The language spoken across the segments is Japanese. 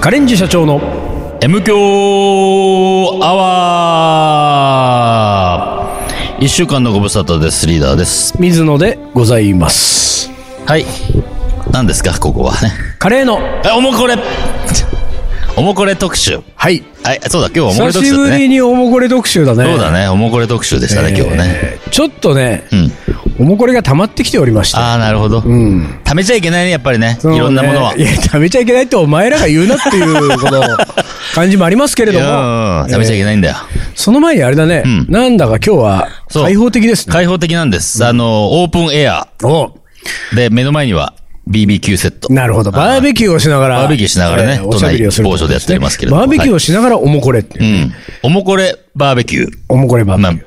カレンジ社長の M 強アワー一週間のご無沙汰です。リーダーです。水野でございますはい。何ですか、ここはね。カレーのえ、おもこれ おもこれ特集。はいはい、そうだ、今日はおもこ久れ特集しだぶりね。におもこれ特集だねそうだね、おもこれ特集でしたね、今日ね。えーちょっとね、うん。おもこれが溜まってきておりましてああ、なるほど。うん貯めちゃいけないね、やっぱりね。いそうねろんなものは。いや、食べちゃいけないってお前らが言うなっていう、この、感じもありますけれいどもやうん。食べちゃいけえないんだよ。ーその前にあれだね、うんなんだか今日は、そう開放的ですね。開放的なんです。あの、オープンエア。おで、目の前には BBQ セット。なるほど。バーベキューをしながら。バーベキューしながらねえーおしゃべりをすると都内某所でやっておりますけれどもバーベキューをしながらおもこれっていうう。ん。おもこれバーベキュー。おもこれバまあーベ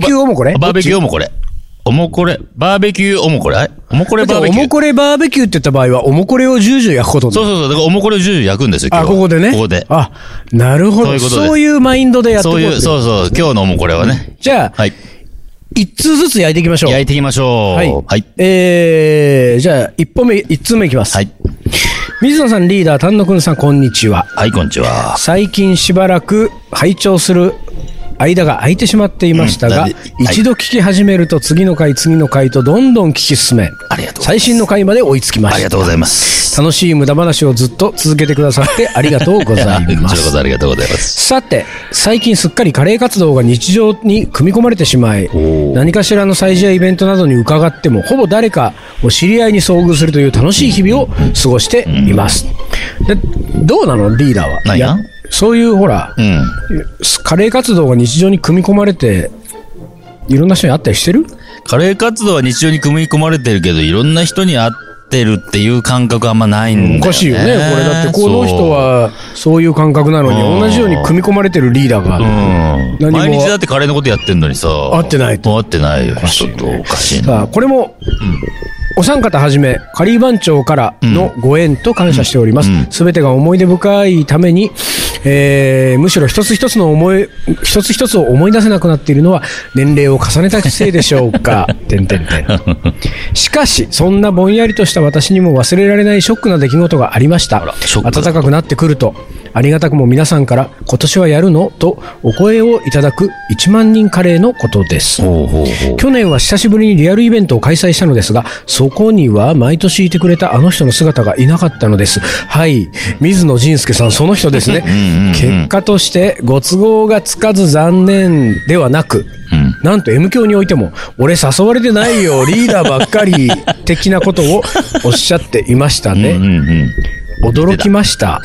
キュ、ー。おもこれバーベキューおもこれバーベキューおもこれ。おもこれ、バーベキューおもこれ。あれおもこれバーベキおュもー。これバーベキューって言った場合は、おもこれをジュージュー焼くことになそるうそうそう。だからおもこれを重々焼くんですよ、今日あ、はここでね。ここで。あ、なるほそういど。うことそでうすいうマインドでやってこそううっていう、そうそう。今日のおもこれはね。じゃあ、はい。一通ずつ焼いていきましょう。焼いていきましょう。はい。はい。えー、じゃあ、一本目、一通目いきます。はい。水野さん、リーダー、丹野くんさん、こんにちは。はい、こんにちは。最近しばらく拝聴する間が空いてしまっていましたが、うんだいはい一度聞き始めると次の回、次の回とどんどん聞き進め、ありがとうござい最ます新の回まで追いつきまありしがた。とうございます。楽しい無駄話をずっと続けてくださってありがとうございまこちらこす そ。ありがとうございます。さて、最近すっかりカレー活動が日常に組み込まれてしまい、何かしらの祭事やイベントなどに伺っても、ほぼ誰かお知り合いに遭遇するという楽しい日々を過ごしています。で、どうなのリーダーは。何がいやそういうほらう、ん。カレー活動が日常に組み込まれて、いろんな人に会ったりしてるカレー活動は日常に組み込まれてるけど、いろんな人に会ってるっていう感覚あんまないんだよね。おかしいよね。これだって、この人はそういう感覚なのうんに、同じように組み込まれてるリーダーが、そう。う何ん。も毎日だってカレーのことやってんのにさ。会ってないと会ってないよ。ちょっとおかしいな。さあ、これも、お三方はじめ、カリー番長からのご縁と感謝しております。すべ、てが思い出深いために、えーむしろ一つ一つの思い、一つ一つを思い出せなくなっているのは、年齢を重ねたせいでしょうか。てんてんてん。 しかし、そんなぼんやりとした私にも忘れられないショックな出来事がありました。ショックだ暖かくなってくると、ありがたくも皆さんから、今年はやるのとお声をいただく1万人カレーのことです。ほうほうほう。去年は久しぶりにリアルイベントを開催したのですが、そこには毎年いてくれたあの人の姿がいなかったのです。はい。水野仁介さん、その人ですね。結果として、ご都合がつかず残念ではなく、なんと M 教においても、俺誘われてないよ、リーダーばっかり、的なことをおっしゃっていましたね。うんうん。驚きました。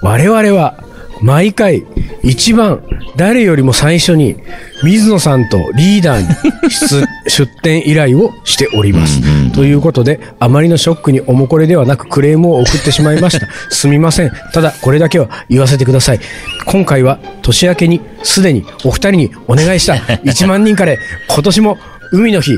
我々は毎回一番誰よりも最初に水野さんとリーダーに出 出店依頼をしております。ということで、あまりのショックにおもこれではなくクレームを送ってしまいました。すみません。ただこれだけは言わせてください。今回は年明けにすでにお二人にお願い した1万人カレー、今年も海の日、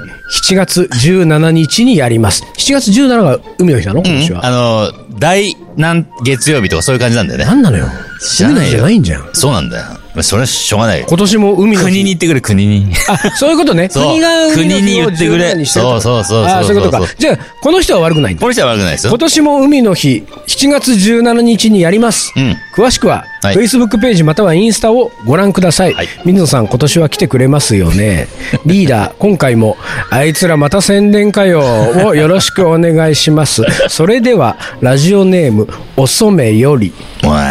7月17日にやります。7月17が海の日なの今年は。あの、第何月曜日とかそういう感じなんだよね。なんなのよ。知らない海の日じよゃないんじゃん。そうなんだよ。まあそれはしょうがないよ。今年も海の日国に行ってくれ、国に。あ、そういうことね。 そう国が海の日を国に言ってくれ17にしてるとそうそうそうあ、そそうういうことそうかそ。うじゃあ、この人は悪くないんだ。ポリシャは悪くないですよ今。年も海の日、7月17日にやります。うん詳しくは、はい Facebook ページまたはインスタをご覧ください。はい水野さん、今年は来てくれますよ ね。リーダー、今回も、あいつらまた宣伝かよ、をよろしくお願いします。それでは、ラジオネーム、おそめより。うわ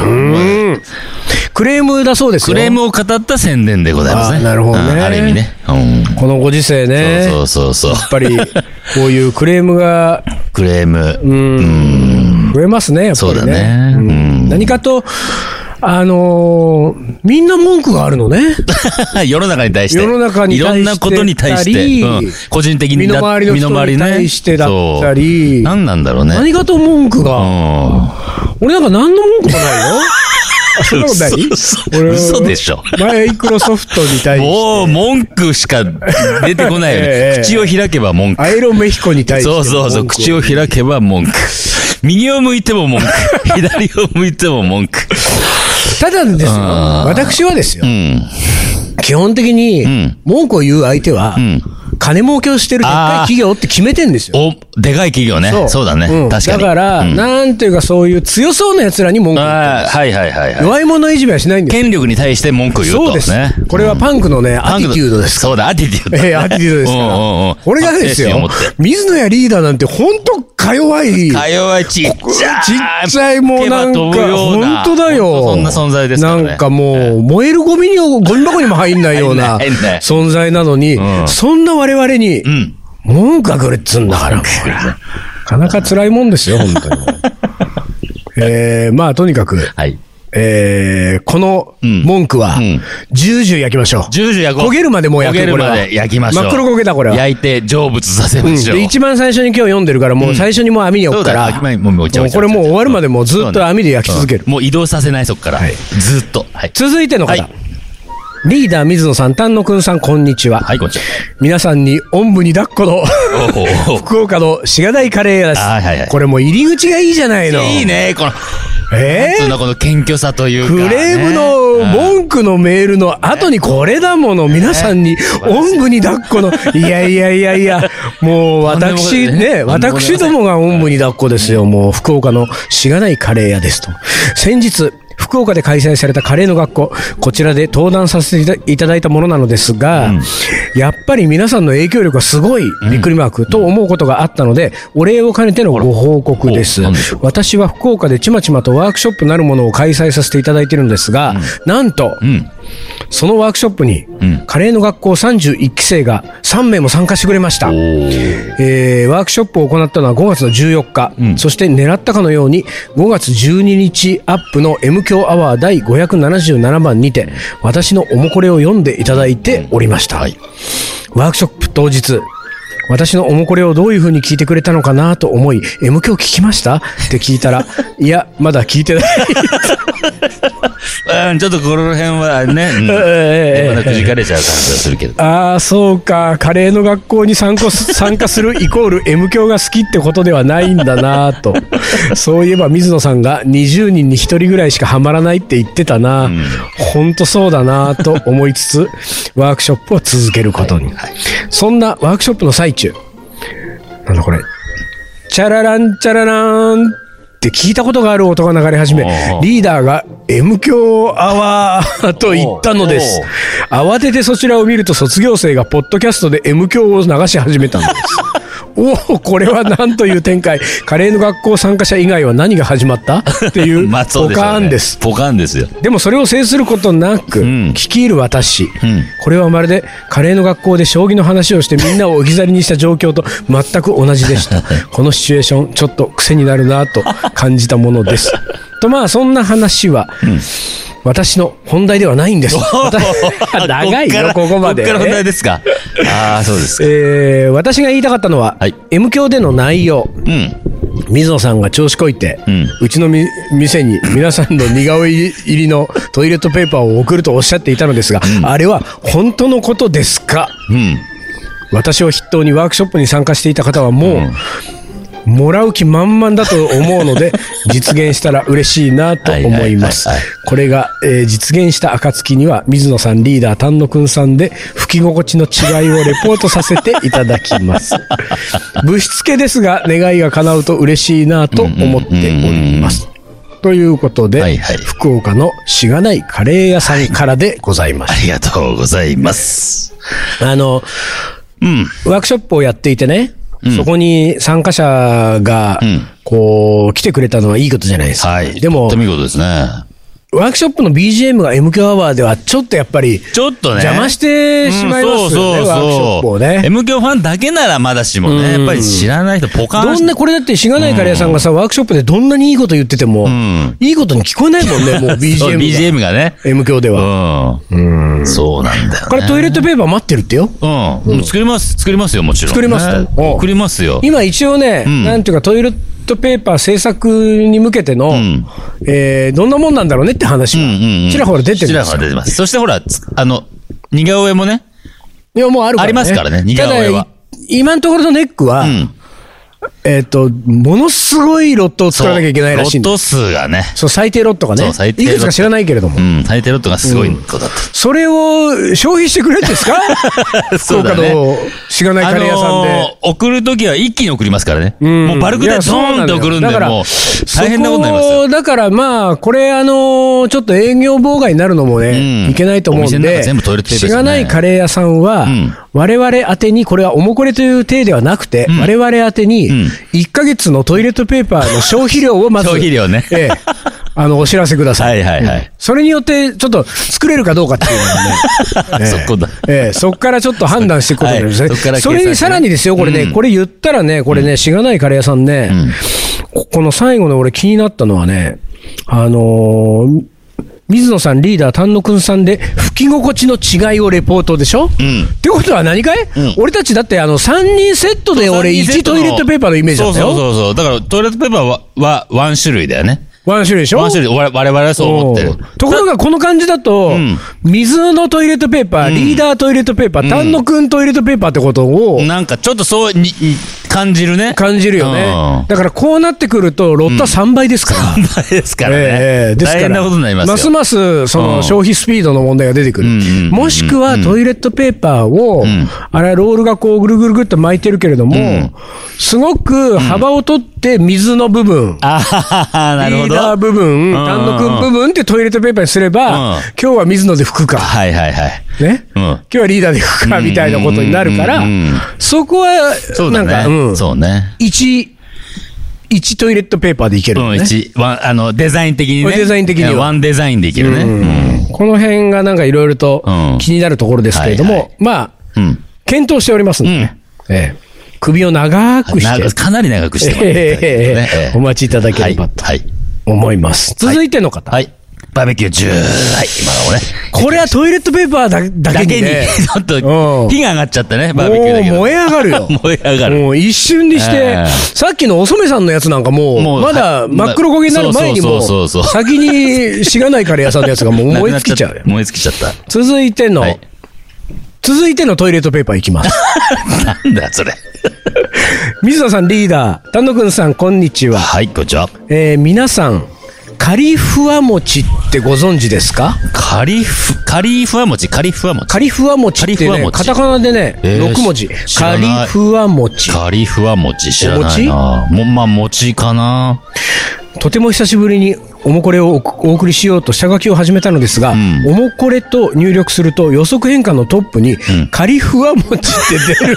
ークレームだそうですクよ。レームを語った宣伝でございますあね。なるほどねうんある意味ね。うん。このご時世ね。そうそうそうやっそぱり、こういうクレームがう。クレーム。増えますね、やっぱそうりだね。ね。うん何かと、あのーみんな文句があるのね。世の中に対して。世の中に対していろんなことに対して。たりうん個人 的にだ身の回りの人に身回りね対してだったりそう何なんだろうね。何かと文句うが。ん俺なんか何の文句もない よ。あそんなことない嘘嘘俺は嘘でしょマイクロソフトに対して、もう文句しか出てこないよねええ口を開けば文句。アイロンメヒコに対して。そうそうそう。口を開けば文句。右を向いても文句。 左を向いても文句。ただですよ、私はですよう、ん。基本的にん、文句を言う相手はん、金儲けをしてるでっかい企業って決めてんですよ。お、でかい企業ね。そうだね。ん確かに。だから、うんなんていうかそういう強そうな奴らに文句言ってあーはいはいはいはい。弱い者いじめはしないんですよ。権力に対して文句を言うと。そうですね。。これはパンクのね、アティテュード です。そうだ、アティテュードだね。ええ、アティテュードです かうんうんうんら。これがです精神を持よって。水野やリーダーなんてほんとか弱い。か弱いちっちゃい。ちっちゃいもうなんか、手が飛ぶような本当だよ。ほんとそんな存在ですからねなんかもう、燃えるゴミに、ゴミ箱にも入んないような入んない入んない存在なのに、んそんな我々にう、ん。文句がくれっつうんだから、もうなかなか辛いもんですよ、本当に。 えー、まあとにかく、はい。えー、このん文句はうん、ジュージュー焼きましょう。ジュージュ焼こう。焦げるまでもう焼く焦げるこれはまで焼きましょう。真っ黒焦げだこれは焼いて成仏させうまんしょう。で一番最初に今日読んでるから、もう最初にもう網に置くかそうだら、よもうもうちゃうちゃうちゃうこれもう終わるまでもうずっと網で焼き続ける。うんもう移動させない、そこから。ずっと。はい。続いての方、はいリーダー水野さん、丹野くんさん、こんにちは。はい、こんにち皆さんに、おんぶに抱っこの、は。おーおー福岡のしがないカレー屋です。あーはいはいこれもう入り口がいいじゃないの。いいね、この、え普ー通のこの謙虚さというかクね。レームの文句のメールの後にこれだもの、皆さんに、おんぶに抱っこの、いやいやいやいや、もう私、とんでもなね、いとんでもございません私どもがおんぶに抱っこですよ、もう福岡のしがないカレー屋ですと。先日、福岡で開催されたカレーの学校、こちらで登壇させていただいたものなのですが、やっぱり皆さんの影響力がすごい、びっくりマーク、と思うことがあったので、お礼を兼ねてのご報告ですお何でしょう。私は福岡でちまちまとワークショップなるものを開催させていただいてるんですが、なんと、うん。そのワークショップに、んカレーの学校31期生が3名も参加してくれました。えーワークショップを行ったのは5月の14日、そして狙ったかのように5月12日アップの M 強アワー第577番にて、私のおもこれを読んでいただいておりました。ワークショップ当日、私のおもこれをどういう風に聞いてくれたのかなと思い、M 響聞きましたって聞い たら、いや、まだ聞いてない。うん、ちょっとこの辺は ね、うんええまだくじかれちゃう感じはするけど。ああ、そうか。カレーの学校に参加す 参加するイコール M 教が好きってことではないんだな と。そういえば水野さんが20人に1人ぐらいしかハマらないって言ってたな。ほんとそうだなと思いつつ、 ワークショップを続けることに。そんなワークショップの最中。なんだこれ。チャラランチャララーンって聞いたことがある音が流れ始めお、うリーダーが M 強アワーと言ったのです。慌ててそちらを見ると卒業生がポッドキャストで M 教を流し始めたのです。 おお、これはなんという展開。カレーの学校参加者以外は何が始まったっていう、 まあそうポでしょうねカーンです。ポカンですよ。でもそれを制することなく、ん聞き入る私、んこれはまるでカレーの学校で将棋の話をしてみんなを置き去りにした状況と全く同じで した。このシチュエーション、ちょっと癖になるなと感じたものです。とまあそんな話は、私の本題ではないんです。 長いよ、ここまで。こっから本題ですか。ああ、そうですか。えー私が言いたかったのは、はい M 教での内容、うん。水野さんが調子こいて、ううんちのみ店に皆さんの似顔絵入りのトイレットペーパーを送るとおっしゃっていたのですが、あれは本当のことですかうん。私を筆頭にワークショップに参加していた方はもう、もらう気満々だと思うの で、実現したら嬉しいなと思いますはいはいはい。これが、えー実現した暁には、水野さんリーダー、丹野くんさんで、吹き心地の違いをレポートさせていただき ます。ぶしつけですが、願いが叶うと嬉しいなと思っております。ということで、はいはい福岡のしがないカレー屋さんからでございまあす。りがとうございます。あの、うん。ワークショップをやっていてね、そこに参加者が、こう、来てくれたのはいいことじゃないですか。はい。でもとっ、て見事ですね。ワークショップの BGM が MQ アワーではちょっとやっぱり、ちょっとね。邪魔してしまいますよね、うんそうそうそワーう。クショップをね。 M 響ファンだけならまだしもね、やっぱり知らない人ポカンどんな、これだって、しがないカレー屋さんがさ、ワークショップでどんなにいいこと言ってても、んいいことに聞こえないもんね、もうそう BGM が。 BGM がね。 M 響では。うん。そうなんだよこれね。トイレットペーパー待ってるってよ。うん。もう作ります。作りますよ、もちろん。作りますとねおう作りますよ。今一応ね、んなんていうかトイレットペーパー制作に向けての、んえーどんなもんなんだろうねって話うんうんうはん、ちらほら出てるんちでらすほよら。出てます。そしてほら、つあの、似顔絵もね。いや、もうあるからね。ありますからね似顔絵はただ、い今のところのネックは、うん。えっ、と、ものすごいロットを使そうわなきゃいけないらしいんだロット数がね。そう、最低ロットがね。そう最低いロットくつか知らないけれどうも。ん、最低ロットがすごいことだっそれを消費してくれるんですか福た。そう岡だね。のしがないカレー屋さんで。あのー送るときは一気に送りますからね。んもうバルクでいドやそうなーンのよって送るんで、だからもう大変なことになりますそよ。こだからまあ、これあのーちょっと営業妨害になるのもね、うんいけないと思うんお店ので、中全部トイレットペーパーしですがねないカレー屋さんは、ん我々宛てに、これはおもこれという体ではなくて、ん我々宛てにん、 1ヶ月のトイレットペーパーの消費量をまず、 消費量ねええ、あの、お知らせください。はいはいはい。それによって、ちょっと作れるかどうかっていうのも ね。そこだええそこからちょっと判断していくことになるんですね。はいそこから計そ算してねれにさらにですよ、これね、うんこれ言ったらね、これね、しがないカレー屋さんね、ここの最後の俺気になったのはね、あのー水野さんリーダー丹野くんさんで吹き心地の違いをレポートでしょ、んってことは何かい、ん俺たちだってあの3人セットで俺三人セ1ッのトイレットペーパーのイメージだったよ。そうそうそうそう。だからトイレットペーパーは、は、ワン種類だよね。ワン種類でしょワン種類、我我々はそう思ってるお。うところがこの感じだと、ん水のトイレットペーパー、リーダートイレットペーパー、丹野くんトイレットペーパーってことをなんかちょっとそうに、に感じるね。感じるようねん。だからこうなってくると、ロットは3倍ですから。大変ですからね。ええですから大変なことになりますよ。ますます、その、うん消費スピードの問題が出てくるうんうんうんう。んもしくは、トイレットペーパーを、あれ、ロールがこう、ぐるぐるぐるっと巻いてるけれども、すごく幅を取って、水の部分、あははは、なリるほーど。ダー部分、丹野くん部分ってトイレットペーパーにすればうん、今日は水野で拭くか。はいはいはい。ね、うん今日はリーダーで行くかみたいなことになるからうんうんうんうん、そこはそう、なだんか、ね。うんそうね。一、一トイレットペーパーでいけるうよん、ね。一、ワン、あの、デザイン的にね。デザイン的にはうんワンデザインできるね。うんこの辺がなんかいろいろとうん気になるところですけれども、はいはいまあ、うん。検討しておりますんでね、ええ首を長くしなて、かなり長くしてもらっていただいてねええお待ちいただければとはい。はい思います。続いての方。はい。バーベキュー10。はい。今のもね。これはトイレットペーパーだだだけけに、に、 ね、ちうょっんと、火が上がっちゃったね、バーベキューだけ ど。もう燃え上がる よ燃え上がる。もう一瞬にして、ええさっきのお染さんのやつなんかもう、もうまだはい真っ黒焦げになる前にもそうそうそうそうそう先にしがないカレー屋さんのやつがもうな燃くえな尽っちきゃちゃうよ。燃え尽きちゃった。続いての、はい続いてのトイレットペーパーいき ます。なんだ、それ。水野さんリーダー、丹野くんさん、こんにちは。はい、こんにちは。えー皆さん、カリフワ餅ってご存知ですかカリフ、カリフワ餅、カリフワ餅。カリフワ餅っカリてフワね、餅カタカナでね、えー6文字。し知カらリないフワ餅。カリフワ餅、知らないな。も、まあ、餅かな。とても久しぶりにおもこれをおお送りしようと下書きを始めたのですが、んおもこれと入力すると予測変換のトップに、カリフワ餅って出る。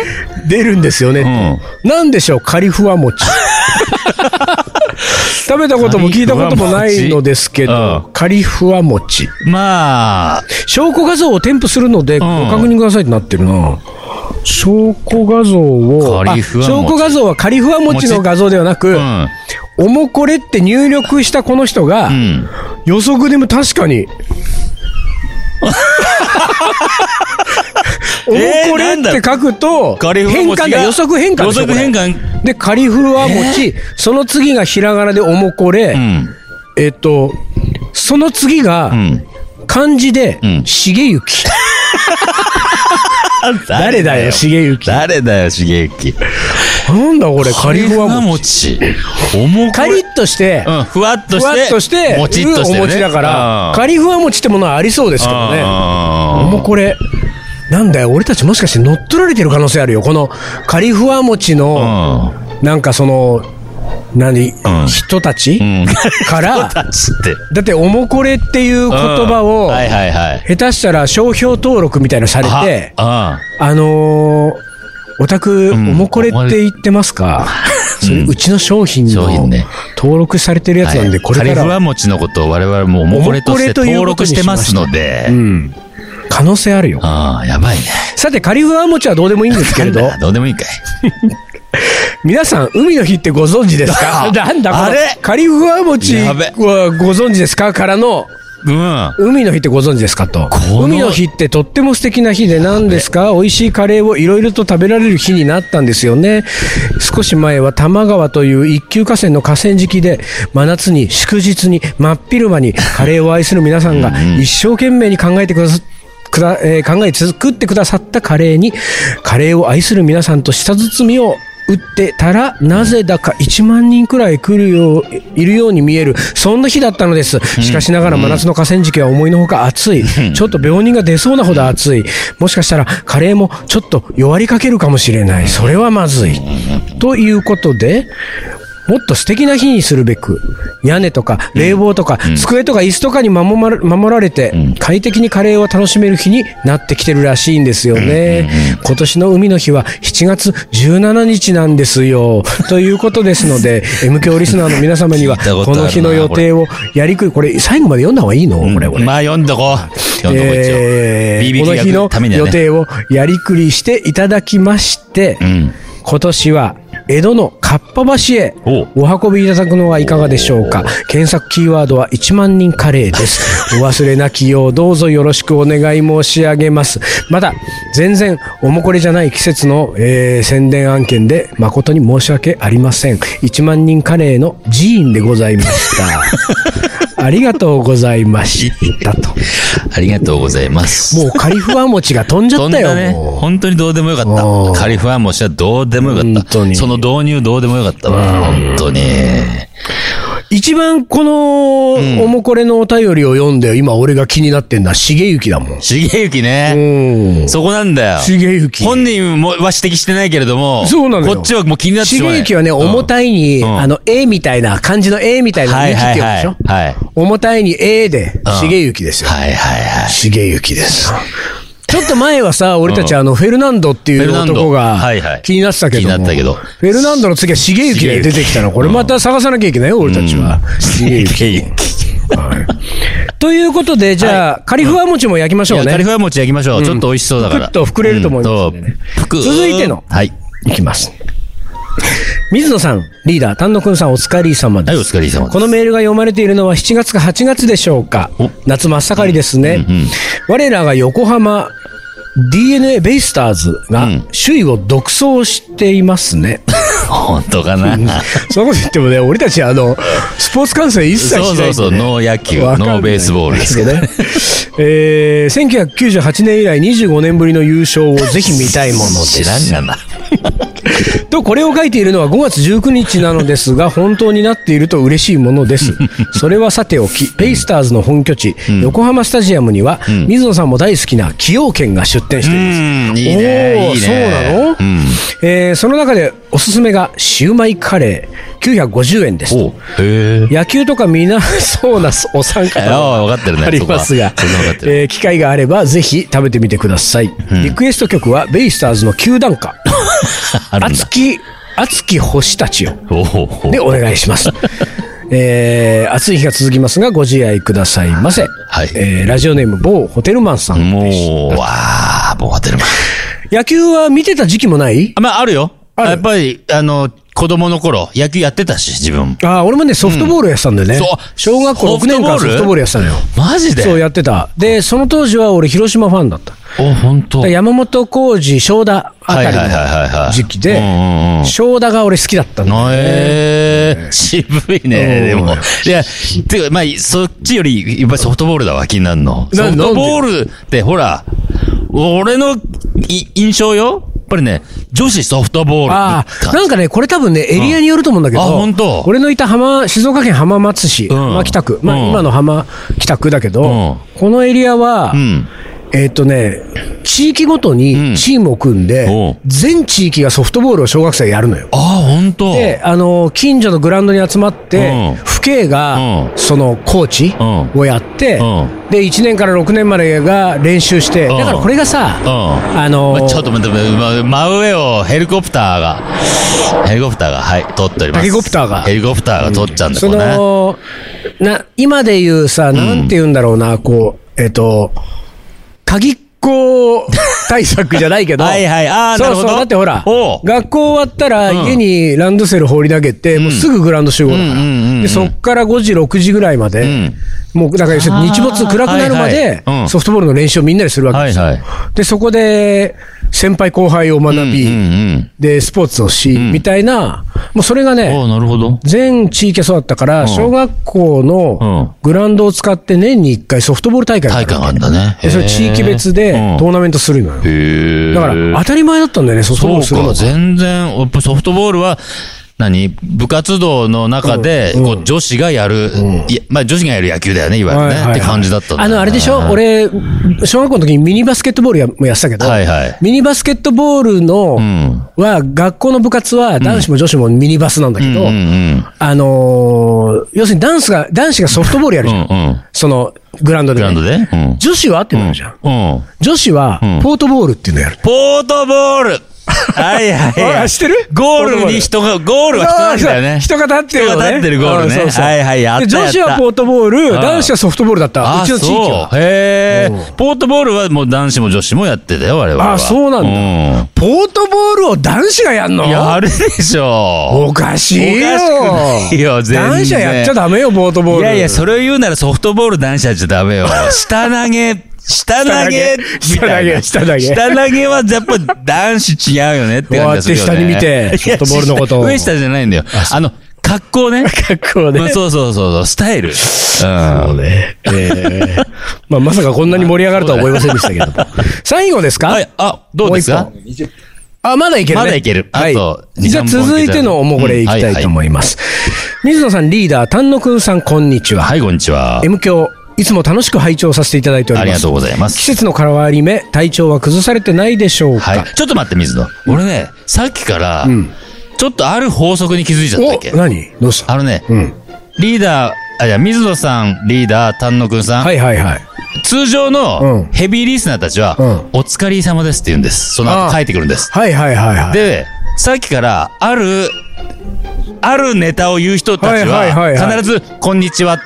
え出るんですよねって。なんでしょう、カリフワ餅。食べたことも聞いたこともないのですけど、カリフワ餅。まあ、証拠画像を添付するので、ご確認くださいってなってるな。証拠画像を、カあリ証フワ餅拠画像はカリフワ餅の画像ではなくう、ん。おもこれって入力したこの人が、うん。予測でも確か に。おもこれって書くと、カリフワ変餅換がだ、予測変換予でしょ測変。換。これで、カリフワ餅、その次がひらがなでおもこれ、うん。えっと、その次がう、ん。漢字で、うんしげゆき。誰だよ、しげゆき。誰だよ、茂之。なんだ これ、カリフワ餅。餅。おもカこリれ。ッとして、うん、ふわっとふわして。っとして、もちっとして、ね。うんお餅だから、カリフワ餅ってものはありそうですけどね。ねもうこれ、なんだよ、俺たちもしかして乗っ取られてる可能性あるよ。このカリフワ餅の、なんかその、何、うん人たち、うん。うん。から、タッチって。だって、おもこれっていう言葉うんを、はいはいはい。下手したら商標登録みたいなのされて、あ、あのーお宅、んおもこれって言ってますか、それうちの商品商の品ね登録されてるやあつなんで、これかカリらフワ餅のことを我々もおもこれとして登録してますので。うん、可能性あるよ。ああ、やばいね。さて、カリフワ餅はどうでもいいんですけれどなんだ、どうでもいいかい。皆さん、海の日ってご存知ですか なんだこのあれカリフワ餅やべはご存知ですかからの、うん。海の日ってご存知ですかと。の海の日ってとっても素敵な日で何ですか美味しいカレーをいろいろと食べられる日になったんですよね。少し前は多摩川という一級河川の河川敷で、真夏に祝日に真っ昼間にカレーを愛する皆さんが一生懸命に考えてくださくだえー考え作ってくださったカレーに、カレーを愛する皆さんと舌包みを打ってたら、なぜだか1万人くらい来るよう、いるように見える、そんな日だったのです。しかしながら真夏の河川敷は思いのほか暑い。ちょっと病人が出そうなほど暑い。もしかしたらカレーもちょっと弱りかけるかもしれない。それはまずい。ということで、もっと素敵な日にするべく、屋根とか冷房とか、机とか椅子とかに守まれ守られて、快適にカレーを楽しめる日になってきてるらしいんですよね。今年の海の日は7月17日なんです よ。ということですので、M 教リスナーの皆様には、聞いたことあこるなの日の予定をやりくり、これ最後まで読んだ方がいいのこれ、これ。まあ読んどこう。読んどこう一応。えー BBT この日が来るためのには予ね定をやりくりしていただきまして、うん。今年は江戸のかっぱ橋へおうお運びいただくのはいかがでしょうか検索キーワードは1万人カレーです お忘れなきようどうぞよろしくお願い申し上げますまた全然おもこれじゃない季節の、えー宣伝案件で誠に申し訳ありません1万人カレーの寺院でございました ありがとうございましたとありがとうございます。もうカリフワ餅が飛んじゃ飛っんたよだね。もう本当にどうでもよかおっーた。カリフワンもしはどうでもよか本っ当にた。その導入どうでもよかったわ。本当に。一番この、おもこれのお便りを読んで、今俺が気になってんのは、茂ゆだもん。茂幸ね。うん。そこなんだよ。茂幸。本人もは指摘してないけれども、そうなのよこっちはもう気になってしまう茂幸はね、重たいに、うんあの、A みたいな、漢字の A みたいな、はいゆきっはてい言うはでい。しょはい。重たいに A で、茂幸ですよ。はいはいはい。茂幸です。ちょっと前はさ、俺たちあの、フェルナンドっていフェうルナンド男がはいはい気になってたけども。気になったけどフェルナンドの次は茂幸が出てきたの。これまた探さなきゃいけないよ、俺たちは。茂幸。ということで、じゃあ、カリフワ餅も焼きましいょうやカリね。フワン餅焼きましょう。ちょっと美味しそうだから。ぷくっと膨れると思いますんでねうんとぷく続いてのはい。いきます。水野さん、リーダー、丹野くんさん、お疲れ様です。はいお疲れ様ですこのメールが読まれているのは7月か8月でしょうかお。夏真っ盛りですね。うんうん我らが横浜 DNA ベイスターズがうん首位を独走しています ね。本当かな。そんなこと言ってもね、俺たちあの、スポーツ観戦一切しないんでそうね、そうそう、ノー野球、わかんないノーベースボールですけど。ね。えー、1998年以来25年ぶりの優勝をぜひ見たいものです。知らんがな。と、これを書いているのは5月19日なのですが、本当になっていると嬉しいもの です。それはさておき、ベイスターズの本拠地、横浜スタジアムには、水野さんも大好きな崎陽軒が出店しています。うん、いいね。おーいいねそうなの、んえーその中でおすすめがシウマイカレー950円ですと。おへえ。野球とか見なそうなお三方ああ、分かってるね。ありますがそ、こはそんな分かってる。えー機会があればぜひ食べてみてください。リクエスト曲はベイスターズの球団歌。あるんだ熱。き、熱き星たちよ。おーおーで、お願いし ます。えー、暑い日が続きますが、ご自愛くださいませ。はいえーラジオネーム、某ホテルマンさん。もう、わあ、もう当てるわ。野球は見てた時期もないあまあ、あるよ。あるやっぱり、あの、子供の頃、野球やってたし、自分。あー俺もね、ソフトボールやってたんだよね。そう小学校6年間ソソフトフトボールボールやってたのよ。マジでそうやってた。で、その当時は俺、広島ファンだった。お、本当。だから山本浩二、正田あたりはいはいはいはいはのい時期うんうんでう、ん正田が俺好きだったんだよなえー、渋いね、でうもん。いや、てか、まあ、そっちより、やっぱりソフトボールだわ、気になるの。なソフトボールって、ほら、俺のい印象よ。やっぱりね、女子ソフトボーあルってあ、感じ。なんかね、これ多分ね、エリアによると思うんだけど、うんあ本当俺のいた浜、静岡県浜松市、うん浜北区、まあ、うん今の浜北区だけど、うこのエリアは、うん。えーっとね、地域ごとにチームを組んで、おう全地域がソフトボールを小学生がやるのよ。ああ、ほんと。で、あの、近所のグラウンドに集まって、うん府警がう、んその、コーチうんをやって、うで、1年から6年までが練習して、うんだからこれがさ、うん。あのーまちょっと待って、ま真上をヘリコプターが、ヘリコプターが、はい、撮っております。ヘリコプターがヘリコプターが撮っちゃうんだそよ、これね。の、な、今で言うさ、なんて言うんだろうな、こう、えっ、と、鍵っ子対策じゃないけど。 はいはいあーそうなるほどそう、だってほら、おう学校終わったらうん家にランドセル放り投げて、もうすぐグラウンド集合だから。うんうんうんうんで、そっから5時、6時ぐらいまで、うんもう、だから要するに日没暗くなるまではいはいうんソフトボールの練習をみんなでするわけですよ。はいはいで、そこで、先輩後輩を学び、うんうんで、スポーツをし、みたいな、もうそれがうん。おね、おなるほど。全地域がそうだったから、小学校のグラウンドを使って年に1回ソフトボール大会があ体る感あんだね。でそれ地域別でトーへナメントするのよ。え。だから、当たり前だったんだよね、ソフトボールすそるうのか、が。全然、やっぱソフトボールは、何部活動の中で、こう、女子がやる、いやまあ女子がやる野球だよね、いわゆるね。はいはいって感じだったんだあよねの、あれでしょ俺、小学校の時にミニバスケットボールやもやってたけど、はいはいミニバスケットボールの、うん。は、学校の部活は男子も女子もミニバスなんだけうんど、うんあのー要するにダンスが、男子がソフトボールやるうん。うじゃん。んうん。その、グラウンドでグね、ラウンドでうん。女子はってなるじゃん。うん。女子は、ポートボールっていうのやる。ポートボールは い はいほはらい。知ってるゴールに人が、ゴールは人なんだよね。人が立ってるのね。人が立ってるゴーうルねんそうそうはいはいやったで女子やっはたポートボール、ん男子はソフトボールだった。あうちの地域は。そうへえ。ポートボールはもう男子も女子もやってたよ、我々は。あそうなんだだ。ポートボールを男子がやんのいや、あれでしょ。おかしいよ。おかしくないよ全然男子はやっちゃダメよ、ポートボール。いやいや、それを言うならソフトボール男子はじゃダメよ。下投げ、下投げ、みたいな下投げ下投げ下投げはやっぱ男子違うよねって感じがするよこうやっね。て下に見ていやソフトボールのことを上下じゃないんだよ。あの、格好ね。格好ねうんそうそうそうそう、スタイル。うん。そうね。えーまあ、まさかこんなに盛り上がるとは思いませんでしたけ ども。最後ですかはい、あ、どうですかもあ、まだいけるね。まだいけるはいあと。二じゃあ三本続いてのもうこれいきたいと思います。水野さんリーダー、丹野くんさんこんにちは。はい、こんにちは。 M 教、いつも楽しく拝聴させていただいておりあます。りがとうございます季。節の変わり目、体調は崩されてないでしょうか、はい。ちょっと待って、水野。俺ね、さっきから、ちょっとある法則に気づいちゃったっけお何どうしたあのね、うん。リーダー、あ、いや、水野さん、リーダー、丹野くんさん、はいはいはい。通常うんのヘビーリスナーたちは、うお疲れ様ですって言うんです。そのあ後ー帰ってくるんです。はいはいはいはい。で、さっきから、ある、あるネタを言う人たちはいはいはいはは、い必ず、こんにちは、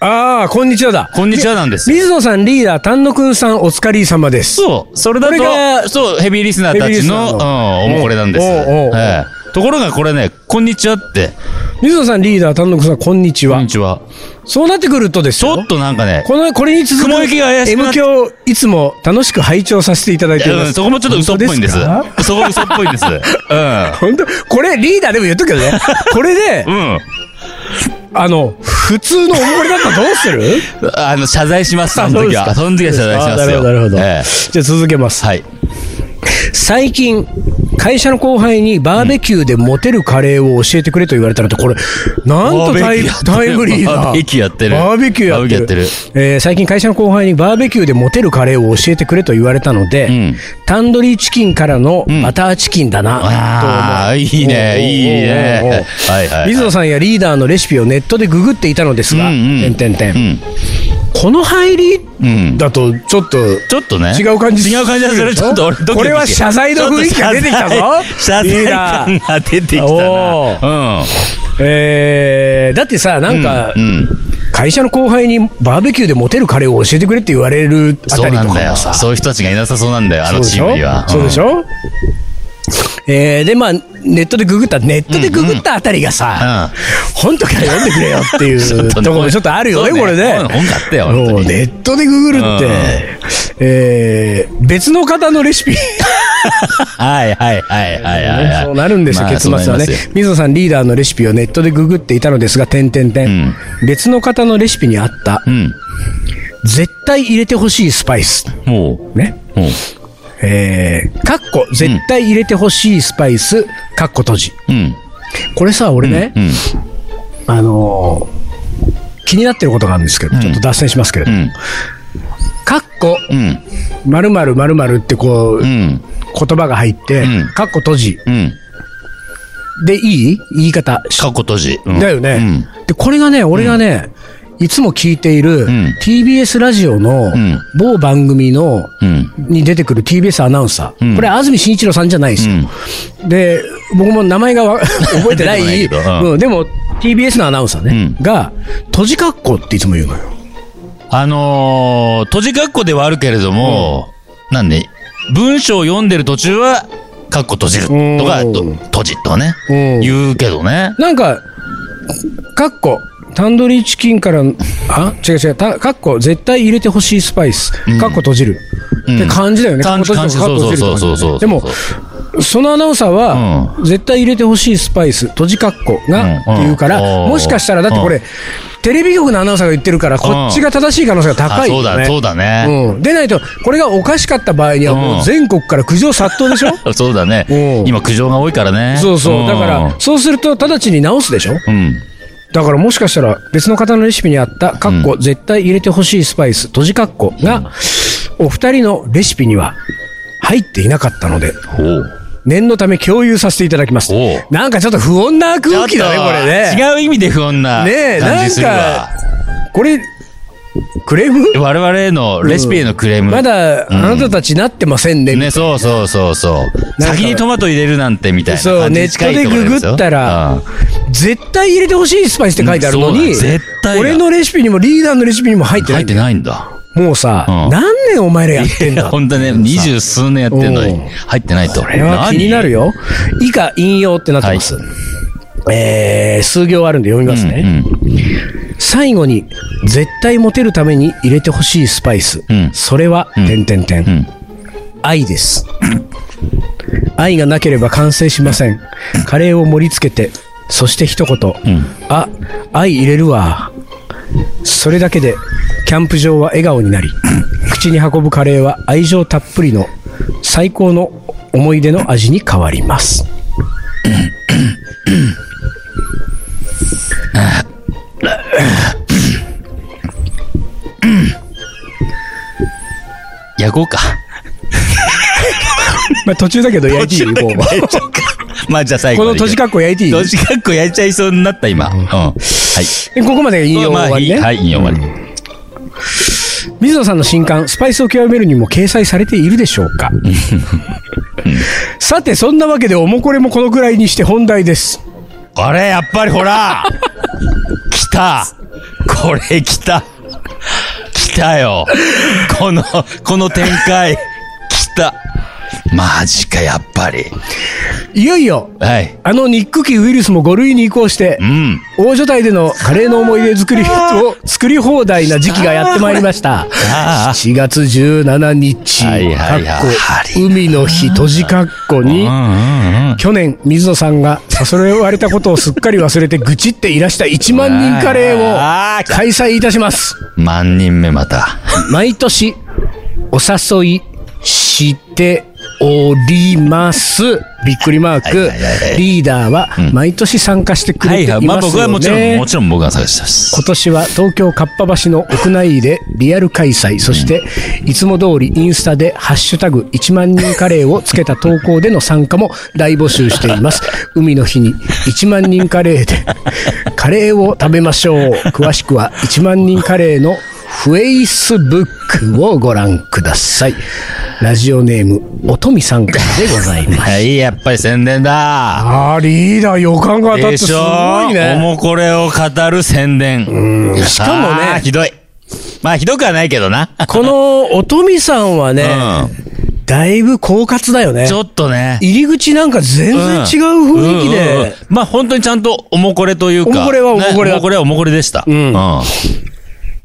ああ、こんにちはだ。こんにちはなんですよ。水野さんリーダー、丹野くんさんお疲れ様です。そう、それだこれがと、そう、ヘビーリスナーたヘビーリちスナーの、のうん、おもこれなんです。おうおうおうええところがこれね、こんにちはって、水野さんリーダー、丹野くんさんこんにちこんはに。ちは。そうなってくるとですちよょっとなんかね、この、これに続く、雲行きが怪しく M なって教、いつも楽しく拝聴させていただいておりまうんす。そこもちょっと嘘っぽいんです。本当かそこ嘘っぽいんです。うん。本当これ、リーダーでも言っとくけど ね。これで、うん。あの、普通のおもこりだったらどうするあの、謝罪します、 その時は。あそそうの時ではす謝か罪しますあよ。なるほど、なえるほど。じゃあ続けますえ。はい。最近、会社の後輩にバーベキューでモテるカレーを教えてくれと言われたのと、これ、なんとタイバーベキューやってるタイムリーだ。バーベキューやってるバーベキューやってる。バーベキューやえー最近会社の後輩にバーベキューでモテるカレーを教えてくれと言われたので、んタンドリーチキンからのバターチキンだな、と思うああ、いいね、いいおうおうおうおうね。はいはいはい。水野さんやリーダーのレシピをネットでググっていたのですが、うんうん点々点うん。この入りうん。だとちょっと、ちょっとね。違う感じ違う感じがする。ちょっと俺ドキドキ、これは謝罪の雰囲気が出てきたぞちょっと謝罪リ謝ー罪ダー感が出てきたおな。えー、だってさ、なんか、うん。うん。会社の後輩にバーベキューでモテるカレーを教えてくれって言われるあそたうりなとんだかよ。もさ、そういう人たちがいなさそうなんだよ、あのでチしーょムには。そうでしょょ、えー、で、まあ、ネットでググった、ネットでググったあたりがさ、本とか読んでくれよってい ちょっうととねこもちょっとあるよね、そうねこれね。本本買ってよ本当にもうネットでググるって、えー、別の方のレシピ。はいはいはいはいはいは い。そうなるんですよ、まあ結末はね。水野さんリーダーのレシピをネットでググっていたのですが、点点点。別の方のレシピにあった、そうなりますよ絶対入れてほしいスパイス。うん。もね。う、もえー、かっこ、絶対入れてほしいスパイス、かっこ閉じ。う、うん。これさ、俺ね、うん。あのー気になってることがあるんですけど、ちょっと脱線しますけれどう。ん。かっこ、うん。まるまるまるまるってこう、う言ん。葉が入ってうん、かっこ閉じ。うん。で、いい言い方。過去閉じ。うんだよね。で、これがね、俺がね、いつも聞いているん TBS ラジオのん某番組の、うん。うん。に出てくる TBS アナウンサー。これ、安住紳一郎さんじゃないですよ。で、僕も名前がわ 覚えてな出い。てこないけどうんうんでも、TBS のアナウンサーね、うが、閉じ格好っていつも言うのよ。あのー、閉じ括弧ではあるけれども、なんで、文章を読んでる途中は、括弧閉じるとか、うとん閉じとかねうん、言うけどね。なんか、かっこ、タンドリーチキンから、あ違う違う、たかっこ、絶対入れてほしいスパイス、かっこ閉じる。って感じだよね。感じかっこ閉じるとか感じそうそうそうそうそうかっこ閉じるとかねでも、そのアナウンサーは、絶対入れてほしいスパイス、閉じかっこうんが、って言うから、うんもしかしたら、だってこれ、テレビ局のアナウンサーが言ってるから、こっちが正しい可能性があ高いそうよだ、ね。そうだね。うん。でないと、これがおかしかった場合には、もう全国から苦情殺到でしょそうだ ねう。ん今苦情が多いからね。そうそんう。だから、、そうすると直ちに直すでしょうん。だからもしかしたら別の方のレシピにあった、かっこ、絶対入れてほしいスパイス、閉じかっこが、お二人のレシピには入っていなかったので、ほう。念のため共有させていただきますおう。なんかちょっと不穏な空気だね、これね。違う意味で不穏なねえ感じするわ。これ、クレーム我々へのレシピへのクレーム。まだ、あなたたちなってませんね。ね、そうそうそうそう。なんか先にトマト入れるなんてみたいなそう、感じネッにト近いでところグすよ。グったうらん、絶対入れてほしいスパイスって書いてあるのうんにそうだ絶対、だ俺のレシピにもリーダーのレシピにも入ってな入いっ。てないんだ。もうさ、うん何年お前らやってんいやだ本当ね、二十数年やってんのうにん、入ってないと。ここれは気になるよ。よ。以下、引用ってなってます。えー、数行あるんで読みますね。うん最後に、絶対モテるために入れてほしいスパイス。うんそれは、てんてんて。うんん。愛です。愛がなければ完成しません。カレーを盛り付けて、そして一言。あ、愛入れるわ。それだけで、キャンプ場は笑顔になり、 口に運ぶカレーは愛情たっぷりの最高の思い出の味に変わり ます。焼こうか。まあ、途中だけど焼いていい こうは焼いちゃうかまあじゃあ最後このまで。閉じかっこ焼いていい閉じかっこ焼いちゃいそうになった今。うん。はい。ここまで引用まあ終わりね。はい、引用終わり。水野さんの新刊、スパイスを極めるにも掲載されているでしょうか さて、そんなわけで、おもこれもこのくらいにして本題です。あれ、やっぱりほら来たこれ来た来たよこの、この展開来たマジか、やっぱり。いよいよ、はい。あのニックキウイルスも5類に移行してう、ん。大所帯でのカレーの思い出作りを作り放題な時期がやってまいりました。あ7月17日、はいかはいはいっこ海の日、閉じかっこに、あ。うんうんうん。去年、水野さんが誘われたことをすっかり忘れて愚痴っていらした1万人カレーを開催いたします。万人目また。毎年、お誘いしております。びっくりマーはいクはいはいは。いリーダーは毎年参加してくはれていいまはすよい。ね。まあ僕はもちろん、もちろん僕が探してます。今年は東京かっぱ橋の屋内でリアル開催、そしていつも通りインスタでハッシュタグ1万人カレーをつけた投稿での参加も大募集しています。海の日に1万人カレーでカレーを食べましょう。詳しくは1万人カレーのフェイスブックをご覧ください。ラジオネーム、おとみさんからでございます。はい、やっぱり宣伝だ。あーリーダー予感が当たっでてしすょごいおね。もこれを語る宣伝。しかもねあーひどい。まあひどくはないけ どな。この、おとみさんはね、うだいぶ狡猾だよねん。ち。ょっとね。入り口なんか全然違う雰囲気うんうんうんで、まあ本当にちゃんとおもこれというか。おもこれはおもこれねだおもこれはおもこれでした。うんうん。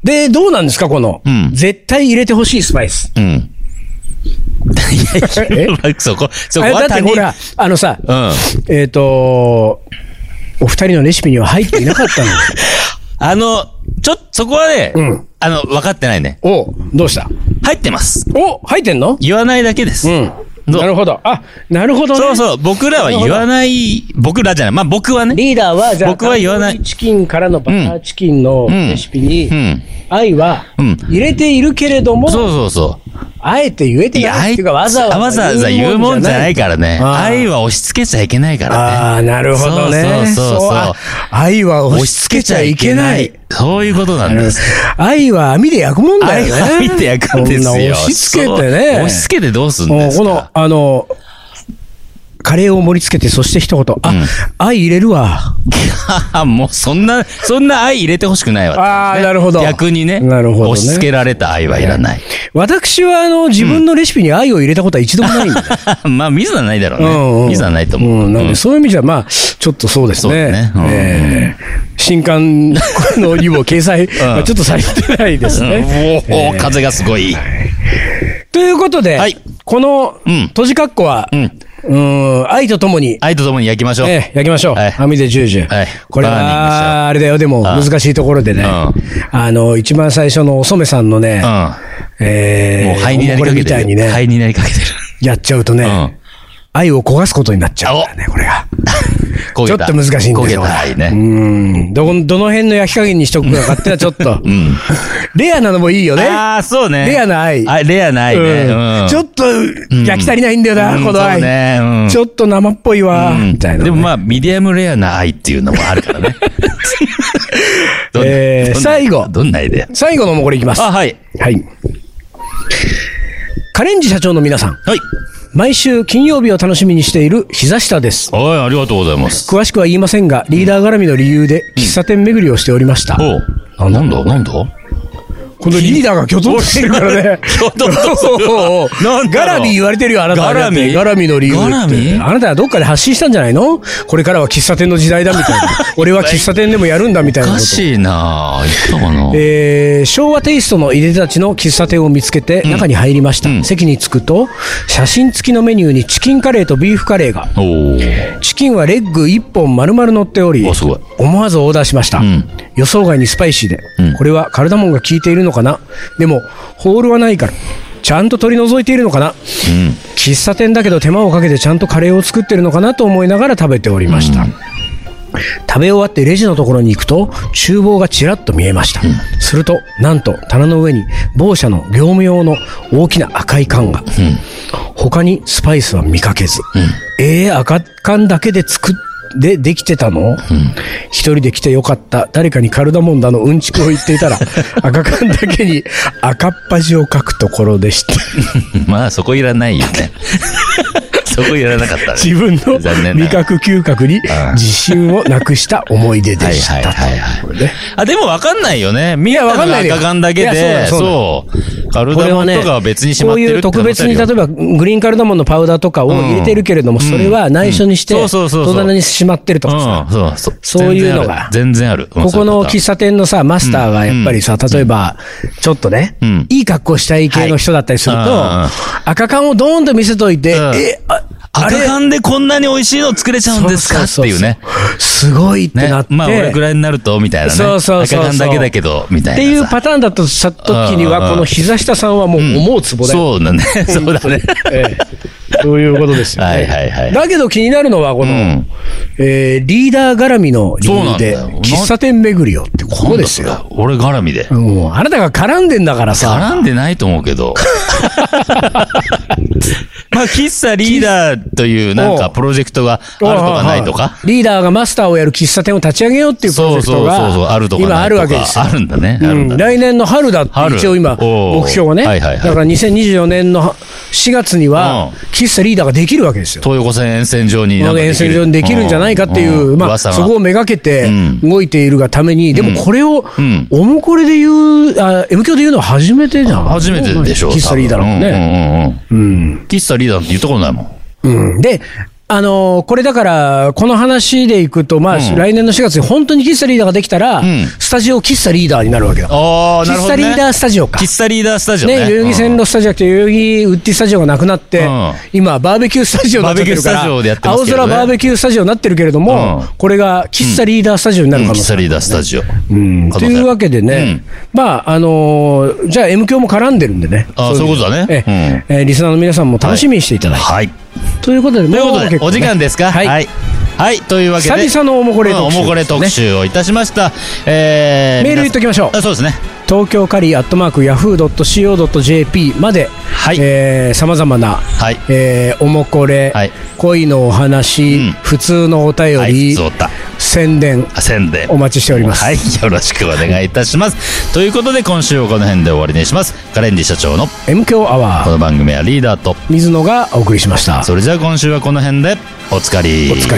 で、どうなんですか、このうん、絶対入れてほしいスパイ ス。うん。いやいやそこ、そあこれだはって他ほ人。ら、あのさ、うん。えっと、お二人のレシピには入っていなか ったんですよ。あの、ちょ、そこはねうん、あの、分かってないね。おうどうした入ってます。お入ってんの言わないだけです。うん。どうなるほど。あ、なるほどね。そうそう、僕らは言わない、僕らじゃない、まあ僕はね。リーダーは、じゃあ、僕は言わないチキンからのバターチキンのうんレシピに、うん愛はうん入れているけれども、そうそうそあえて言えう。てないっていうか、わざあわわざざわざ言うもんじゃないらからね。あー愛は押し付けちゃいけないからね。ああ、なるほどね。そうそうそうそうあ愛は押し付けちゃいけない。。そういうことなんです。愛は網で焼くもんだよ愛ね。は見て焼くんですよ。こんな押し付けてそうね。 押し付けてどうすんもでうすこのか、あの、カレーを盛り付けて、そして一言、あ、愛入れるわ。もうそんな、そんな愛入れてほしくないわって感あじね、ーなるほど逆にね。なるほどね押し付けられた愛はいらない。私は、あの、自分のレシピに愛を入れたことは一度もないんだ。 まあ、水はないだろううね。んうん水はないと思う。んなんでうんそういう意味じゃ、まあ、ちょっとそうですそうだね。ねうんええ新刊のにも掲 載、まあちょっとされてないですうんね。おお、風がすごい。ということで、はいこの、うん閉じ括弧は、ううんーん、愛とともに、愛とともに焼きましょう。ええ、焼きましょう。はい網でジュージュ。はいこれバーニングしちゃは、あれだよ、でも、難しいところでね。うんあの、一番最初のお染さんのね、えーうん。もう灰になりかけおもこれみたていにる。ね、灰になりかけてる。やっちゃうとね、うん愛を焦がすことになっちゃうからね、これが。焦ちょげったと難しいんですよ。焦げた愛うね。ん。どこ、どの辺の焼き加減にしとくかってのはちょっと。レアなのもいいよね。ああ、そうね。レアな愛あレアな愛ね。ううんんちょっと、焼き足りないんだよな、うんこの愛、そうねうんちょっと生っぽいわ、うんみたいなね、でもまあ、ミディアムレアな愛っていうのもあるから ね。どんなえーどんな最後どんな愛で最後のもこれいきます。あ、ははい。い。カレンジ社長の皆さん、はい。毎週金曜日を楽しみにしている膝下です。はい、ありがとうございます。詳しくは言いませんが、リーダー絡みの理由で喫茶店巡りをしておりました。おうあ、なんだなんだこのリーダーが挙動としてるからね。ょっとおうおうおうなんだガろうラミ言われてるよ、あなた。ガラミガラミの理由って。ガラミあなたはどっかで発信したんじゃないのこれからは喫茶店の時代だみたいな。俺は喫茶店でもやるんだみたいおなこかと。しいなぁ。言ったかなえー昭和テイストのいでたちの喫茶店を見つけて中に入りました、うん席に着くと写真付きのメニューにチキンカレーとビーフカレーがおチキンはレッグ1本丸々乗っておりお。あ、すごい。思わずオーダーしました、ん予想外にスパイシーで、うんこれはカルダモンが効いているのかなでもホールはないからちゃんと取り除いているのかなうん。喫茶店だけど手間をかけてちゃんとカレーを作ってるのかなと思いながら食べておりました、食べ終わってレジのところに行くと厨房がちらっと見えました、するとなんと棚の上に某社の業務用の大きな赤い缶が、他にスパイスは見かけず、ええ赤缶だけで作っで、できてたの、一人で来てよかった。誰かにカルダモンダのうんちくを言っていた ら、赤缶だけに赤っ端を書くところで した。まあ、そこいらないよ ね。そこいらなかったね。自分残の念な味覚嗅覚に自信をなくした思い出でしはいた。はいはいはいということでねあ、でもわかんないよね。見えたわかんのがないよ赤缶だけいやで、そうだそう。カルこダれモはンねとかは別に、しこまうっているうって特別に、例えば、ば、グリーンカルダモンのパウダーとかを入れてるけれども、それは内緒にして、うんそうそうそうそう戸棚にしまってるとかさ、うん、そうそう。そういうのが全然ある。全然あるここの喫喫茶店のさ、マスターがやっぱりさ、例えば、ちょっとねうん、いい格好したい系の人だったりするとはい、赤缶をドーンと見せといて、うんえ、ああ赤れ缶でこんなに美味しいの作れちゃうんですかっていうね。。そそそすごいってねなって。まあ、俺ぐらいになると、みたいなね。そうそうそうそう赤缶だけだけど、みたいなさ。っていうパターンだとした時にうんうんは、うんこの膝下さんはもう思うツボだよ。そうだね。そうだ ね。ええそういうことですよ ね。はいはいはいだけど気になるのは、この、うんえーリーダー絡みの理由でそうなんだよ、喫茶店巡りをってここですよ。。俺絡みで。もう、あなたが絡んでんだから さ。絡んでないと思うけど。まあ、喫茶リーダーというなんおかうプロジェクトがあるとかないとか。リーダーがマスターをやる喫茶店を立ち上げようっていうプロジそェうクトそうそうそう、があると、かないとか。今あるわけですよあ。るんだね。あるんうだんね。来年の春だって春一応今、おー目標はね。はいはいはいだから2024年の4月にはうん、喫茶リーダーができるわけですよ。東横線沿線上にこなんのかで沿きる。線上にできるんじゃないかっていう、んまあ、噂そがこをめがけてうん動いているがために、でもこれを、んおもこれで言う、あ、M 教で言うのは初めてじゃん。初めてでしょ。喫茶リーダーのね。ね。うんうんうん。喫茶リーダーって言ったことないもん。うんで、あのーこれだから、この話でいくと、まあ、来年の4月に本当に喫茶リーダーができたら、んスタジオ喫茶リーダーになるわけだ。ああ、なる喫ほど茶ね。リーダースタジオか。喫茶リーダースタジオね、ね。代々木線路スタジオじゃなくて、代々木ウッディスタジオがなくなって、うん今、バーベキュースタジオになっちゃってるから、バーベキュースタジオでやってま青すけどね空バーベキュースタジオになってるけれども、うんこれが喫茶リーダースタジオになるうん可能喫性茶ある、リーダースタジオ。うんというわけでね、まあ、あのーじゃあ M 響も絡んでるんでね。ああ、そういうことだえね。うんええーリスナーの皆さんも楽しみにしていただいて。はい。ということで、ということもうで結、構お時ね間ですかはい。はい。はいというわけで。久々のおもこれうん特集ですねおもこれ特集をいたしました。えメール言っときましょう皆さんあそうですね。東京カリーアットマーク Yahoo.co.jp まで、はいえー、様々な、はいえーおもこれ、はい恋のお話、うん普通のお便はい、り、そうだ。宣伝、あせんで。お待ちしております。はい、よろしくお願いいたします。ということで、今週はこの辺で終わりにします。カレンディ社長の M 強アこワー、の番組はリーダーと、水野がお送りしました。それじゃあ今週はこの辺で、おつかり。お疲れ。